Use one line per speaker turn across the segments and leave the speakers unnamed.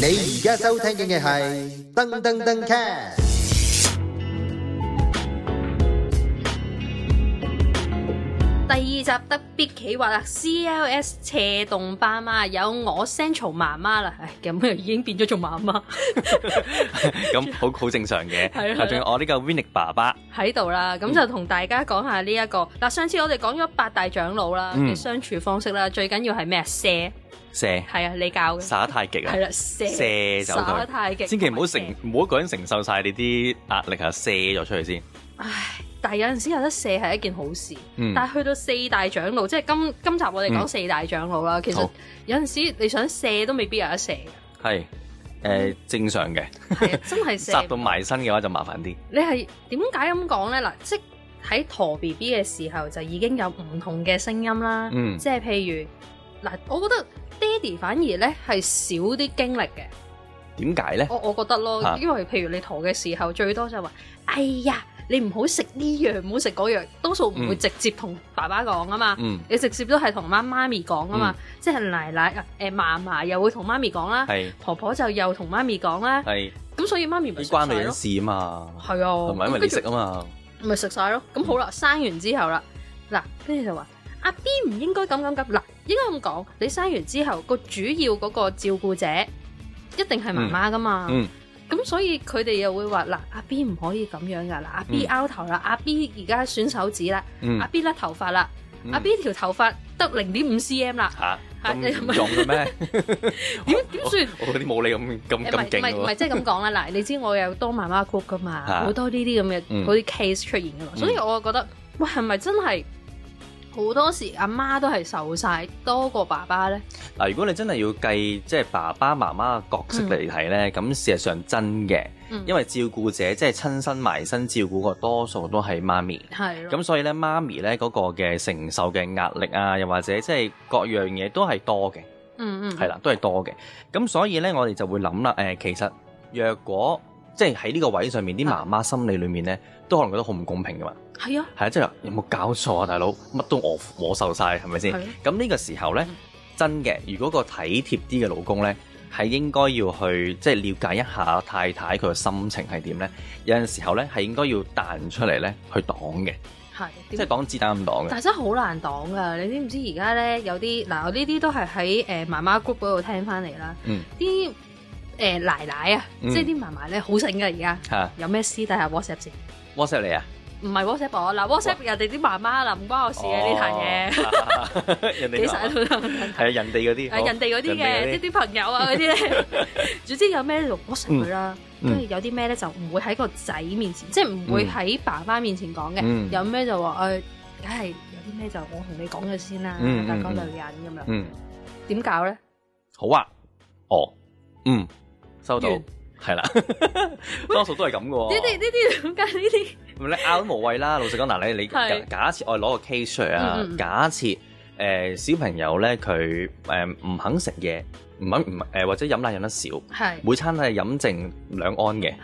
你而家收聽嘅係噔噔噔 cast。
第二集特別企劃啊啦，CLS 斜動爸媽有我 Central 媽媽啦，唉，咁又已經變咗做媽媽
咁好好正常嘅。
係啊
啊仲有我呢個 Winnick 爸爸，
喺度啦，咁
嗯
就同大家講下呢、一個嗱，上次我哋講咗八大長老啦
嗯
嘅相處方式啦，最緊要係咩啊？射
射
係啊，你教嘅
耍太極啊
係，啦，射
射走
耍
佢。
太極，
千祈唔好承
射，
唔好一個人承受晒你啲壓力啊，射咗出去先。
唉，但係有陣時有得射係一件好事。
嗯，
但係去到四大長老，即係今今集我哋講
嗯
四大長老啦。其實
好
有陣時你想射都未必有得射，
係誒 正常嘅，
係啊，真 係射
殺到埋身嘅話就麻煩啲。
你係點解咁講呢？嗱，即喺陀 B B 嘅時候就已經有唔同嘅聲音啦，
嗯
即係譬如嗱，我覺得爹哋反而呢係少啲經歷嘅，
點解咧？
我我覺得咯，
啊
因為譬如你陀嘅時候最多就係話，哎呀，你唔好食呢樣，唔好食嗰樣，多數唔會
嗯
直接同爸爸講啊嘛。
嗯，
你直接都係同媽媽咪講啊嘛，即係奶奶啊，誒嫲嫲又會同媽咪講啦，
係
婆婆就又同媽咪講啦，
係，
咁所以媽咪咪
呢
食
關女
晒
人
咯，
事啊嘛，
係啊，
同埋因為
咁跟
你
住
食啊嘛，
咪食晒咯。咁好啦，生完之後啦，嗱，跟住就話阿 B 唔應該咁咁咁，嗱，應該咁講，你生完之後個主要嗰個照顧者一定係媽媽噶嘛。
嗯
咁所以佢哋又會話嗱，阿 B 唔可以咁樣噶，嗱，阿 B
嗯
拗頭啦，阿 B 而家選手指啦，
嗯
阿，B 甩頭髮啦，
嗯
阿 B 條頭髮得零點五 cm 啦，
嚇
嚇
咁
你係咪
嚴重嘅咩？
點點算？
我嗰啲冇你咁咁
誒唔
咁
係
勁
唔係唔係
喎。
即係咁講啦，嗱，你知我有多媽媽 group 噶嘛，
啊
好、多呢啲咁嘅
嗯
嗰啲 case 出現噶嘛，所以我覺得，喂，係咪真係好多時阿媽都係受晒多過爸爸咧？
嗱，如果你真係要計即係爸爸媽媽嘅角色嚟睇咧，咁事實上真嘅，
嗯
因為照顧者即係親身埋身照顧個多數都係媽咪。
係咯，
咁所以咧，媽咪咧嗰個嘅承受嘅壓力啊，又或者即係各樣嘢都係多嘅，
嗯嗯，
係啦，都係多嘅。咁所以咧，我哋就會諗啦，誒、其實若果即係喺呢個位上面，啲
啊
媽媽心理裏面咧，都可能覺得好唔公平噶嘛。
係啊，
係啊，即係話有冇搞錯啊，大佬，乜都我我受晒，係咪先
係啊咯？
咁呢個時候咧
嗯，
真嘅，如果個體貼啲嘅老公咧，係應該要去即係了解一下太太佢嘅心情係點咧。有陣時候咧，係應該要彈出嚟咧去擋嘅，
係。
即
點
係擋子彈咁擋嘅。
但係真係好難擋噶，你知唔知而家咧有啲嗱，我呢啲都係喺誒媽媽 group 嗰度聽翻嚟啦
嗯，
啲誒、奶奶啊，
嗯
即係啲嫲嫲咧好醒噶而家，
嚇
有咩私底下 WhatsApp 先。
WhatsApp 你啊？
唔係 WhatsApp 我嗱 WhatsApp 人哋啲媽媽啦，唔關我事嘅呢壇嘢，
嘢，哦 人
幾
哋
實都得。
係啊人哋嗰啲，
誒人哋嗰啲嘅，即係啲朋友啊嗰啲 咧，總之有咩就 WhatsApp 佢啦，
嗯
跟住有啲咩咧就唔會喺個仔面前，即係唔會喺爸爸面前講嘅
嗯，
有咩就話誒，梗係有啲咩就我同你講咗先啦，
嗯嗯
大家
嗯
女人咁樣，
嗯，
點搞咧？
好啊，哦，嗯，收到
完，
係啦， 多數都係咁
呢啲
嘅喎。
呢啲點解呢啲？
咁你拗都無謂啦，老實講，嗱你你
係
假設我哋攞個 case 出嚟啊
嗯嗯，
假設誒小朋友咧佢誒唔肯食嘢，唔肯唔誒或者飲奶飲得少，
係
每餐係飲剩兩安嘅。
係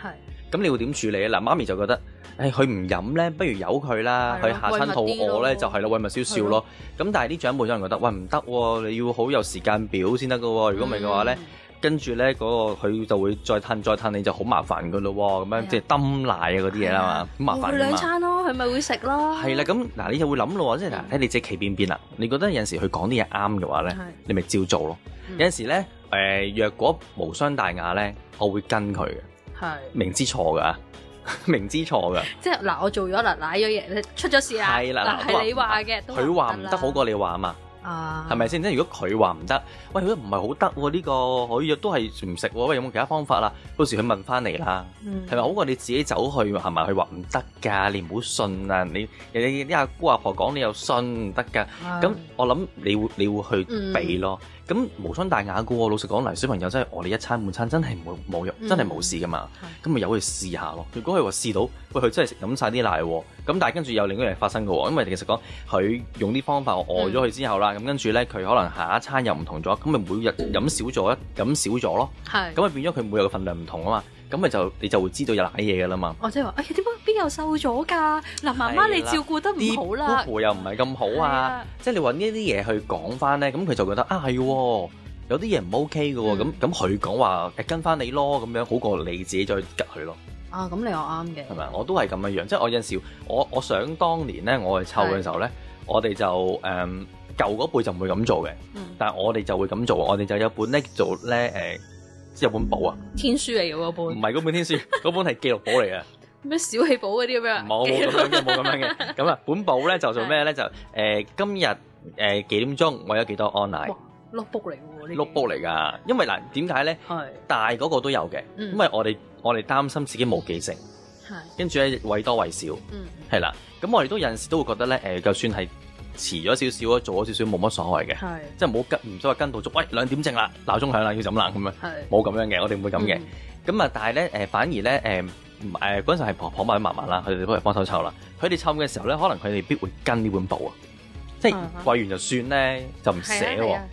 咁你會點處理啊咧？嗱，媽咪就覺得，誒佢唔飲咧，不如由佢啦，
係
佢
咯
下親肚餓咧就係啦，餵咪少少咯。咁但係啲長輩有人覺得，喂唔得喎，你要好有時間表先得噶喎。如果唔係嘅話咧，，
嗯
跟住咧嗰個佢就會再褪再褪，你就好麻煩噶咯喎。咁
係啊
樣即係抌奶啊嗰啲嘢
係
啦嘛
啊，
好麻煩㗎
兩
嘛。
餐咯，佢咪會食咯，
係啦，咁嗱，你就會諗咯喎，即係
哦嗯
嗱，睇哎你自己企邊邊啦。你覺得有陣時佢講啲嘢啱嘅話咧，
係
你咪照做咯。
嗯
有陣時咧，誒若果無傷大雅咧，我會跟佢嘅，
係。
明知錯㗎， 明知錯㗎。
即係嗱，我做咗嗱，奶咗嘢，出咗事啦，
係啦
嗱
嗱
係你話嘅，都
佢話唔
啦
得好過你話啊嘛，
啊，
係咪先？即係如果佢話唔得，喂，佢唔係好得喎呢個，佢都係唔食喎，喂，有冇其他方法啦？到時佢問翻嚟啦，
嗯？
係咪好過你自己走去係咪？佢話唔得㗎，你唔好信啊！你人哋啲阿姑阿婆講你又信唔得㗎，
啊
咁我諗你會你會
嗯
去避咯。咁無傷大雅嘅喎，老實講嚟，小朋友真係我哋一餐半餐真係冇冇用，真係
嗯
冇事㗎嘛。咁咪由佢試下咯。如果佢話試到，喂佢真係食飲晒啲奶喎，咁但係跟住有另一樣嘢發生嘅喎，因為其實講佢用啲方法我餓
嗯
咗佢之後啦，咁跟住咧佢可能下一餐又唔同咗，咁咪每日飲少咗一飲少咗咯，
係
咁咪變咗佢每日嘅份量唔同啊嘛，咁咪就你就會知道有奶嘢嘅啦嘛。
我即係話，哎呀，點解邊有瘦咗㗎？嗱，媽媽你
係啦
照顧得唔
啲
好啦，
啊姑婆又唔係咁好啊，即係你話呢啲嘢去講翻咧，咁佢就覺得啊係喎，有啲嘢唔 OK 嘅喎，咁
嗯
咁佢講話誒跟翻你咯，咁樣好過你自己再吉佢咯，
啊，咁你又啱嘅，
係咪啊？我都係咁樣樣，即係我有陣時，我我想當年咧，我去湊嘅時候咧，我哋就誒、嗯、舊嗰輩就唔會咁做嘅，
嗯，
但係我哋就會咁做，我哋就有本咧做咧誒，有本簿啊，
天書嚟嘅喎
唔
本，
係嗰 本天書，嗰本係記錄簿嚟嘅。
咩小氣簿嗰啲咁樣，
冇冇咁樣嘅，冇咁樣嘅。咁啊，本簿咧就做咩咧？就誒、呃今日誒、呃、幾點鐘，我有幾多 online
哇 notebook 嚟嘅喎，呢啲
notebook 嚟㗎。因為嗱，點解咧？
係，
大嗰個都有嘅，
嗯
因為我哋我哋擔心自己冇記性，
係，
跟住咧為多為少，
嗯，
係啦。咁我哋都有陣時都會覺得咧，誒、就算係遲咗少少啊，做咗少少冇乜所謂嘅，
係，
即係冇跟唔使話跟到足，喂兩點正啦，鬧鐘響啦，要咁啦咁樣，
係，
冇咁樣嘅，我哋唔會咁嘅。
嗯，
咁啊，但係咧誒，反而咧誒唔誒嗰陣時係婆婆媽媽啦，佢哋幫嚟幫手湊啦。佢哋湊嘅時候咧，可能佢哋必會跟呢本簿啊，即係
嗯哼
餵完就算咧，就唔寫
係
喎
啊。，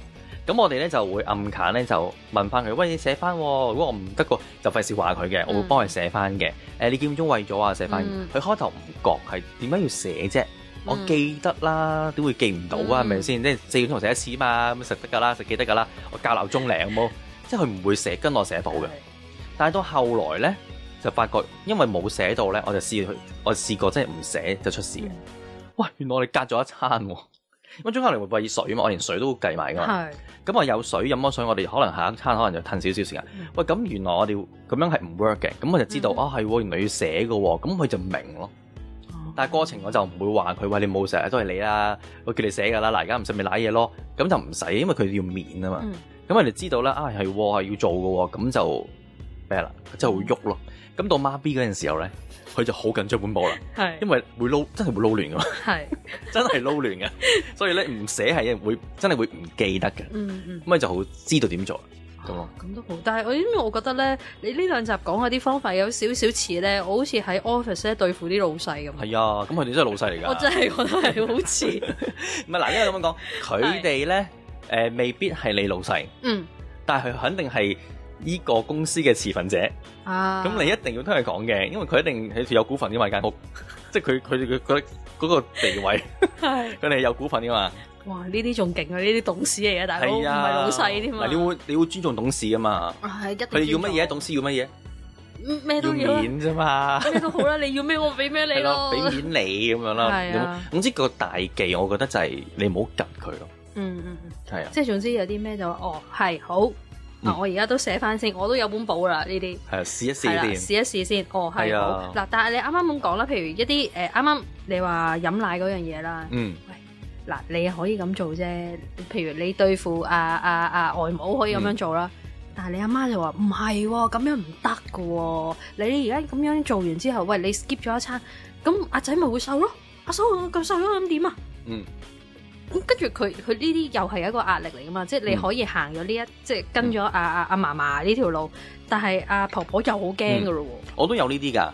咁我哋咧就會暗揀咧，就問翻佢，喂你寫翻喎，如果我唔得個，就費事話佢嘅，我會幫佢寫翻嗯嘅。誒、你幾點鐘餵咗啊？寫翻，佢、
嗯
開頭唔覺係點解要寫啫？我
嗯
記得啦，點會記唔到啊？係咪
嗯
先？即係四點鐘寫一次嘛，咁實得㗎啦，實記得㗎啦。我教鬧鐘嚟好冇？即係佢唔會寫跟我
嗯
寫
啊
到嘅。但係到後來咧，就發覺因為冇寫到咧，我就試去，我試過真係唔寫就出事嘅。
嗯
哇！原來我哋隔咗一餐喎、咁中間嚟會餵水嘛，我連水都計埋㗎嘛。
係，
咁我有水飲咗水，我哋可能下一餐可能就褪少少時間。
嗯
喂，咁原來我哋咁樣係唔 work 嘅，咁我就知道、
嗯
啊係喎，原來要寫嘅喎，咁佢就明咯。但係過程我就唔會話佢，喂你冇寫都係你啦，我叫你寫㗎啦，嗱而家唔使咪揦嘢咯，咁就唔使，因為佢要面啊嘛。
嗯
咁我哋知道啦，啊係喎係要做嘅喎，咁就咩啦，就會喐咯。咁到媽 B 嗰陣時候咧，佢就好緊張本簿 啦，
係，
因為會撈真係會撈亂噶嘛，
係，
真係撈亂嘅，所以咧唔寫係會真係會唔記得嘅，
嗯嗯。哦
咁你就好知道點做啦咁啊咯。
咁都好，但係我因為我覺得咧，你呢兩集講嗰啲方法有少少似咧，我好似喺 office 咧對付啲老細咁。
係啊，咁佢哋真係老細嚟㗎。
我真係覺得係好似，
唔係嗱，因為咁樣 講，佢哋咧誒未必係你老細，
嗯
但係佢肯定係呢個公司嘅持份者。
啊。
咁你一定要聽佢講嘅，因為佢一定係有股份㗎嘛間屋， 即係佢佢哋佢佢嗰個 地位，
係
佢哋係有股份㗎嘛。
哇，呢啲仲勁啊！呢啲董事嚟嘅大佬，唔
係啊，
係老細添啊。
嗱，你會你會尊重董事㗎嘛？
係一定
佢哋要乜
尊
嘢？
重
董事要乜嘢？
嗯咩
要
都要啦，
面啫嘛。
咩都好啦，你要咩我俾咩你
係
咯
咯，。俾面你咁樣
係
啦
啊。
總之個大忌，我覺得就係你唔好及佢咯。
嗯嗯嗯，
係啊，
即係總之有啲咩就話哦係好
嗯
嗱，我而家都寫翻先，我都有本簿啦呢啲。
係啊，試一
係啦，
試先。
試一試先。哦，係
係
好
啊
嗱，但係你啱啱咁講啦，譬如一啲誒啱啱你話飲奶嗰樣嘢啦，
嗯，
嗱你可以咁做啫。譬如你對付啊啊啊外母可以咁
嗯
樣做啦，但係你阿媽就話唔係喎，咁樣唔得嘅喎。你而家咁樣做完之後，喂你 skip 咗一餐，咁阿仔咪會瘦咯。阿嫂我咁瘦咗咁點啊？
嗯。
咁跟住佢佢呢啲又係一個壓力嚟噶嘛，即係你
嗯
可以行咗呢一即係跟咗阿阿阿嫲嫲呢條路，但係阿、婆婆又好驚噶咯喎。
我都有呢啲㗎。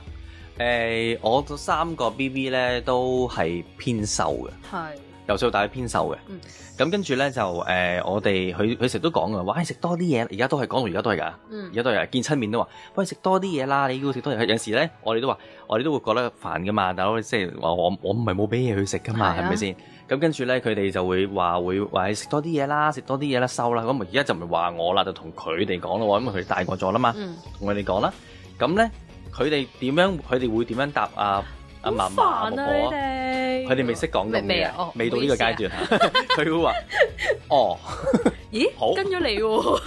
誒，我三個 B B 咧都係偏瘦嘅。
係，
由細到大偏瘦嘅
嗯，
咁跟住咧就誒、呃我哋佢佢成日都講嘅，話唉食多啲嘢，而家都係講到而家都係㗎，而
嗯，
家都係見親面都話，喂食多啲嘢啦，你要食多嘢。有陣時咧，我哋都話，我哋都會覺得煩㗎嘛，大佬即係話我我唔係冇俾嘢佢食㗎嘛，
係啊
係咪先？咁跟住咧，佢哋就會話會話唉食多啲嘢啦，食多啲嘢啦，瘦啦。咁而家就唔係話我啦，就同佢哋講咯喎，因為佢哋大個咗啦嘛，
嗯，
同佢哋講啦。咁咧，佢哋點樣？佢哋會點樣答啊？阿嫲嫲
好煩
婆婆
啊！你
啊？
哋，
佢哋未識講咁
未未
嘅
啊哦，
未到呢個階段，
啊
佢會話：哦，
咦，
好
跟咗你喎，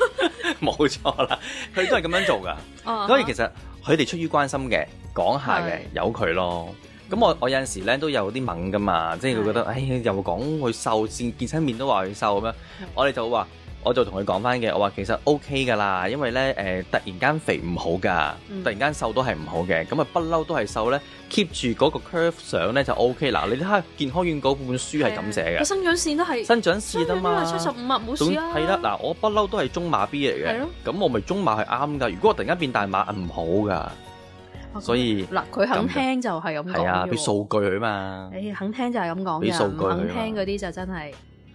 冇錯啦，佢都係咁樣做噶。
啊
所以其實佢哋出於關心嘅，講下嘅
係，
由佢咯。咁我我有陣時咧都有啲猛噶嘛，即係佢覺得，唉，又講佢瘦，見見親面都話佢瘦咁樣，
嗯
我哋就話，我就同佢講翻嘅，我話其實 O K 噶啦，因為咧誒、呃突然間肥唔好噶，
嗯
突然間瘦都係唔好嘅，咁啊不嬲都係瘦咧，keep 住嗰個 curve 上咧就 O K 嗱，你睇下健康院嗰本書係咁寫嘅
個。哦生長線都係
生長
啊生
試得
長都
嘛，
係七十五啊，冇
總
事啊，
係啦，，嗱，我不嬲都係中碼 B 嚟
係
嘅
咯，
咁我咪中碼係啱噶。如果我突然間變大碼唔好噶，
嗱
所以
啊嗱佢肯
咁嘅
聽就係咁講
係啊，
嘅
俾
喎
數據佢嘛，
誒肯聽就係咁講
俾數
嘅，
據
唔肯
佢嘛
聽嗰啲就真係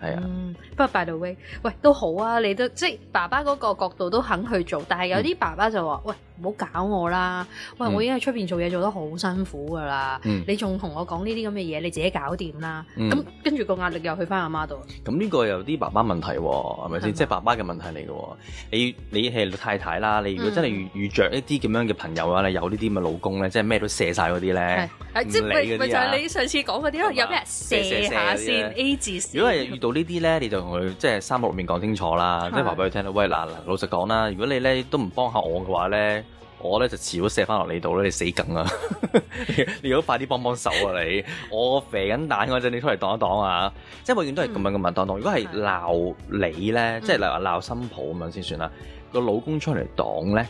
係啊，
嗯，不過 by the way，喂都好啊，你都即係爸爸嗰個角度都肯去做，但係有啲爸爸就話：喂，唔好搞我啦！喂，
嗯
我已經喺出邊做嘢做得好辛苦㗎啦，
嗯
你仲同我講呢啲咁嘅嘢，你自己搞掂啦。
嗯
咁、跟住個壓力又去翻阿媽度，
咁呢個有啲爸爸問題喎，係
係
咪
嘛
先？即係爸爸嘅問題嚟嘅喎。你你係太太啦，你如果
嗯
真係遇遇著一啲咁樣嘅朋友啊，你有呢啲咁嘅老公咧，即係咩都射晒嗰啲
係
咧。
係即係
唔
咪
理嗰啲啊
咪就係你上次講嗰啲
係
咯？
嘛
有咩人射下先
射射射嗰啲咧
A 字先？
如果係遇到呢啲咧，你就同佢即係三六面講清楚啦，
係
即係話俾佢聽啦。喂嗱，嗱老實講啦，如果你咧都唔幫下我嘅話咧，我咧就遲早射翻落你度啦，你死梗啊！ 你你都快啲幫幫手啊你！我肥緊蛋嗰陣，你出嚟擋一擋啊！即係永遠都係咁樣嘅問當當。如果係
係
鬧你咧，即係例如話鬧新抱咁樣先算啦，個老公出嚟擋咧，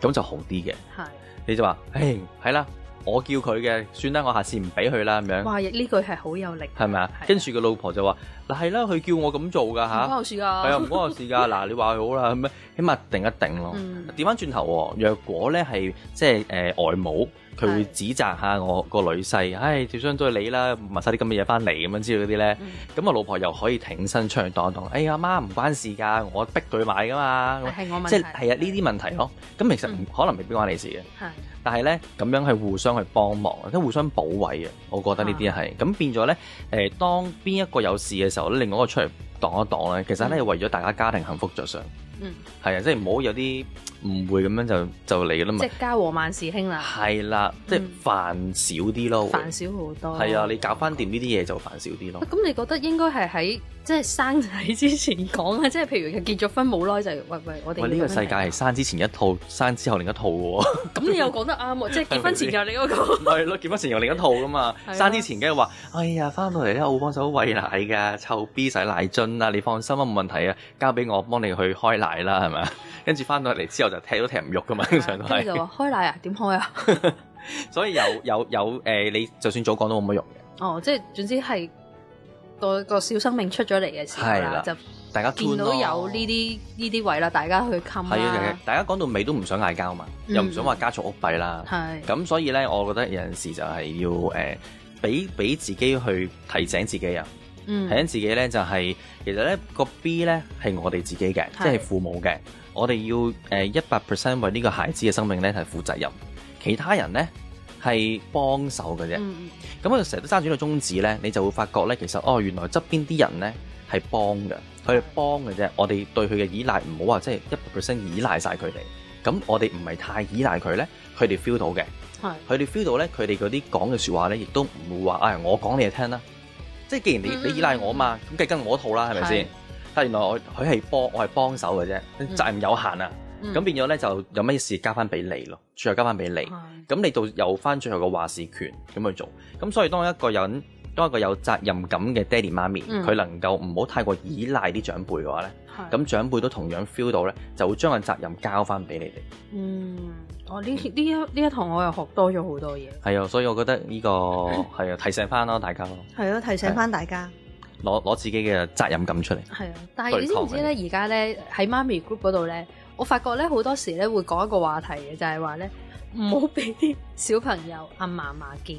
咁就好啲嘅。
係
你就話，誒係啦，我叫佢嘅，算啦，我下次唔俾佢啦咁樣。
哇！呢句係好有力，
係咪啊
係啊？
跟住個老婆就話：嗱係啦，佢叫我咁做噶
唔
吓，
關
係
我事
啊，唔
㗎。
關我 事噶。嗱，你話佢好啦，咁樣起碼定一定咯。
嗯，
調翻轉頭喎，若果咧係即係誒外母，佢會
係
指責下我個女婿，唉，最傷都係你啦，問晒啲咁嘅嘢翻嚟咁樣之類嗰啲咧，
嗯
咁啊老婆又可以挺身出去當一當，哎呀媽唔關事㗎，我逼佢買㗎嘛，咁
係我問嗯題。
即係係啊呢啲問題咯。咁其實唔可能未必關你事嘅。
嗯係
但係咧咁樣係互相去幫忙，啊即係互相保衞嘅。我覺得呢啲
啊
係咁變咗咧，誒、當邊一個有事嘅時候咧，另外一個出嚟擋一擋咧，其實咧係為咗大家家庭幸福着想，
嗯，
係啊，即係唔好有啲誤會咁樣就就嚟啦嘛
即，係家和萬事興啦，
係啦，即係煩少啲咯，會
煩少好多。
係啊，你搞翻掂呢啲嘢就煩少啲咯。
咁你覺得應該係喺即係生仔之前講啊，即係譬如佢結咗婚冇耐就喂喂，我哋
喂，呢、
要咁
個
樣
世界係生之前一套，生之後另一套嘅喎。
咁，你又講得啱喎，即係結婚前就你嗰個
咪係咯，結婚前又另一套噶嘛
係啊。
生之前梗係話，哎呀，翻到嚟咧，我會幫手喂奶㗎，湊 B 洗奶樽啦，你放心啊，冇問題啊，交俾我幫你去開奶啦，係咪 啊？跟住翻到嚟之後就踢都踢唔喐噶嘛，通常都
跟住就
係。
話開奶啊，點開啊？
所以有有有誒、你就算早講都冇乜用嘅，
哦，即係總之係個個小生命出咗嚟嘅時候
係
啦，
啦
就
大家
見
tune
到
咯
有呢。啲呢啲位啦，大家去冚
係啊，其實
啦，
大家講到尾都唔想嗌交嘛，
嗯
又唔想話家嘈屋閉啦。
係
咁所以咧，我覺得有陣時就係要誒，俾、俾自己去提醒自己啊。
嗯
睇緊自己咧就係、其實咧個 B 咧係我哋自己嘅，
係
即係父母嘅，我哋要誒呃一百 percent 為呢個孩子嘅生命咧係負責任，其他人咧係幫手嘅啫。
嗯
咁佢成日都揸住呢個宗旨咧，你就會發覺咧，其實哦原來側邊啲人咧係幫嘅，佢哋幫嘅啫。我哋對佢嘅依賴唔好話即係一百 percent 依賴晒佢哋，咁我哋唔係太依賴佢咧，佢哋 feel 到嘅。
係
佢哋 feel 到咧，佢哋嗰啲講嘅説話咧，亦都唔會話啊、我講你就聽啦。即係既
嗯
然你你依賴我嘛，咁梗係跟我一套啦，係咪
係
先？但係原來我佢係幫我係幫手嘅啫，責任有限啊。
嗯
咁、變咗咧就有咩事交翻俾你咯，最後交翻俾你。
係
咁你到有翻最後嘅話事權咁去做。咁所以當一個人當一個有責任感嘅爹哋媽咪，
嗯
佢、能夠唔好太過依賴啲長輩嘅話咧，
係
咁長輩都同樣 feel 到咧，就會將個責任交翻俾你哋。
嗯，我呢呢一呢一堂我又學多咗好多嘢，
係啊，所以我覺得呢、 個係啊提醒翻咯，大家咯。
係咯，提醒翻大家。
攞攞自己嘅責任感出嚟。
係啊，但係你
對
知唔
抗
知咧？而家咧喺媽咪 group 嗰度咧，我發覺咧好多時咧會講一個話題嘅，就係話咧唔好俾啲小朋友阿嫲嫲見。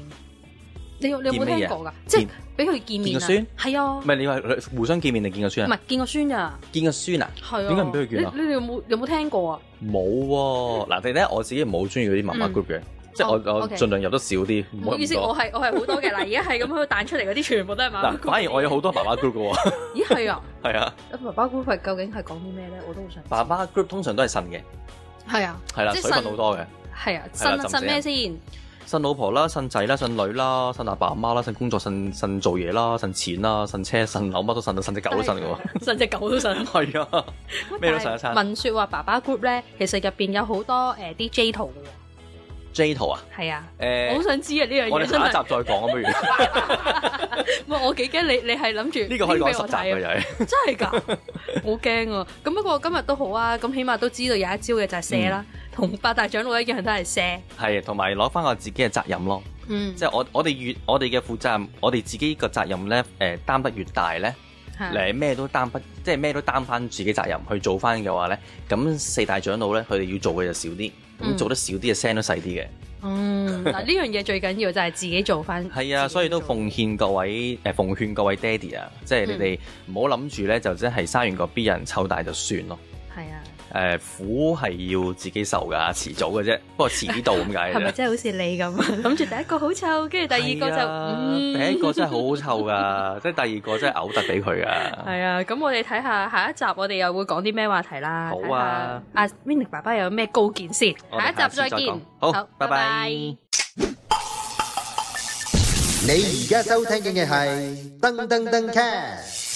你有你有冇
見乜
聽
嘢啊
過㗎？即係
見
俾佢見面啊
見個孫？
係啊，
唔係你話互相見面定見個孫
唔
啊？
係見個孫啊，
見個孫啊？
係啊。
點解唔俾佢見啊
你你哋有冇有冇聽過啊？
冇喎。嗱，第一我自己冇中意嗰啲媽媽 group 嘅，即係我
嗯哦
我
OK
盡量入得少啲。
唔好意思，
咁多
我係我係好多嘅嗱，而家係咁樣彈出嚟嗰啲全部都係媽媽
嗱，反而我有好多爸爸 group 嘅喎。
咦係啊，
係啊，
爸爸 group 係究竟係講啲咩咧？我都好想知
爸爸 group 通常都係呻嘅，
係啊
係啦，
即係
水分
呻
好多嘅，
係啊，呻
係啦就唔
呻
死人
咩先？
呻老婆啦，呻仔啦，呻女啦，呻阿爸阿媽啦，呻工作，呻呻做嘢啦，呻錢啦，呻車，呻樓，乜都呻到，呻只狗都呻嘅喎。
呻只狗都呻。
係啊，咩都呻一餐
文説話爸爸 group 咧，其實入邊有好多誒啲 J 圖嘅
，J 圖啊，
喎，係啊，我好
誒，
想知啊呢樣
我
嘢
哋
真
下一集
係，
再講啊，不如
唔係我幾驚你你係諗住
呢個可以
拎
講
俾
十
我
集嘅
睇啊，
又係。
真係㗎，好驚啊！咁不過今日都好啊，咁起碼都知道有一招嘅就係射
嗯
啦，同八大長老一樣都係射，
係，同埋攞翻我自己嘅責任咯。
嗯，
即係我我哋越我哋嘅負責任，我哋自己個責任咧，誒、擔得越大咧，
嗯
你咩都擔不，即係咩都擔翻自己責任去做翻嘅話咧，咁四大長老咧，佢哋要做嘅就少啲，
嗯
咁做得少啲嘅聲都細啲嘅。
嗯，嗱呢樣嘢最緊要就係自己做翻。
係啊，所以都
自己做
奉獻各位誒、奉勸各位爹哋啊，即係你哋
嗯
唔好諗住咧，就即係生完個 B 人湊大就算咯。
係啊，
誒、苦係要自己受㗎，遲早嘅啫，不過遲啲到咁 解
係咪
嘅啫。
真係好似你 咁啊諗住第一個好臭，跟住第二個
啊係
就
啊
嗯
第一個真係好好臭㗎，即係第二個真係嘔突俾佢㗎。
係啊，咁我哋睇下下一集我哋又會講啲咩話題啦。
好啊
睇下，阿 w i n n 爸爸有咩高見先？
我
下一
哋
集
次
再見
講。好，拜拜。
你而家收聽嘅係噔噔噔 cast。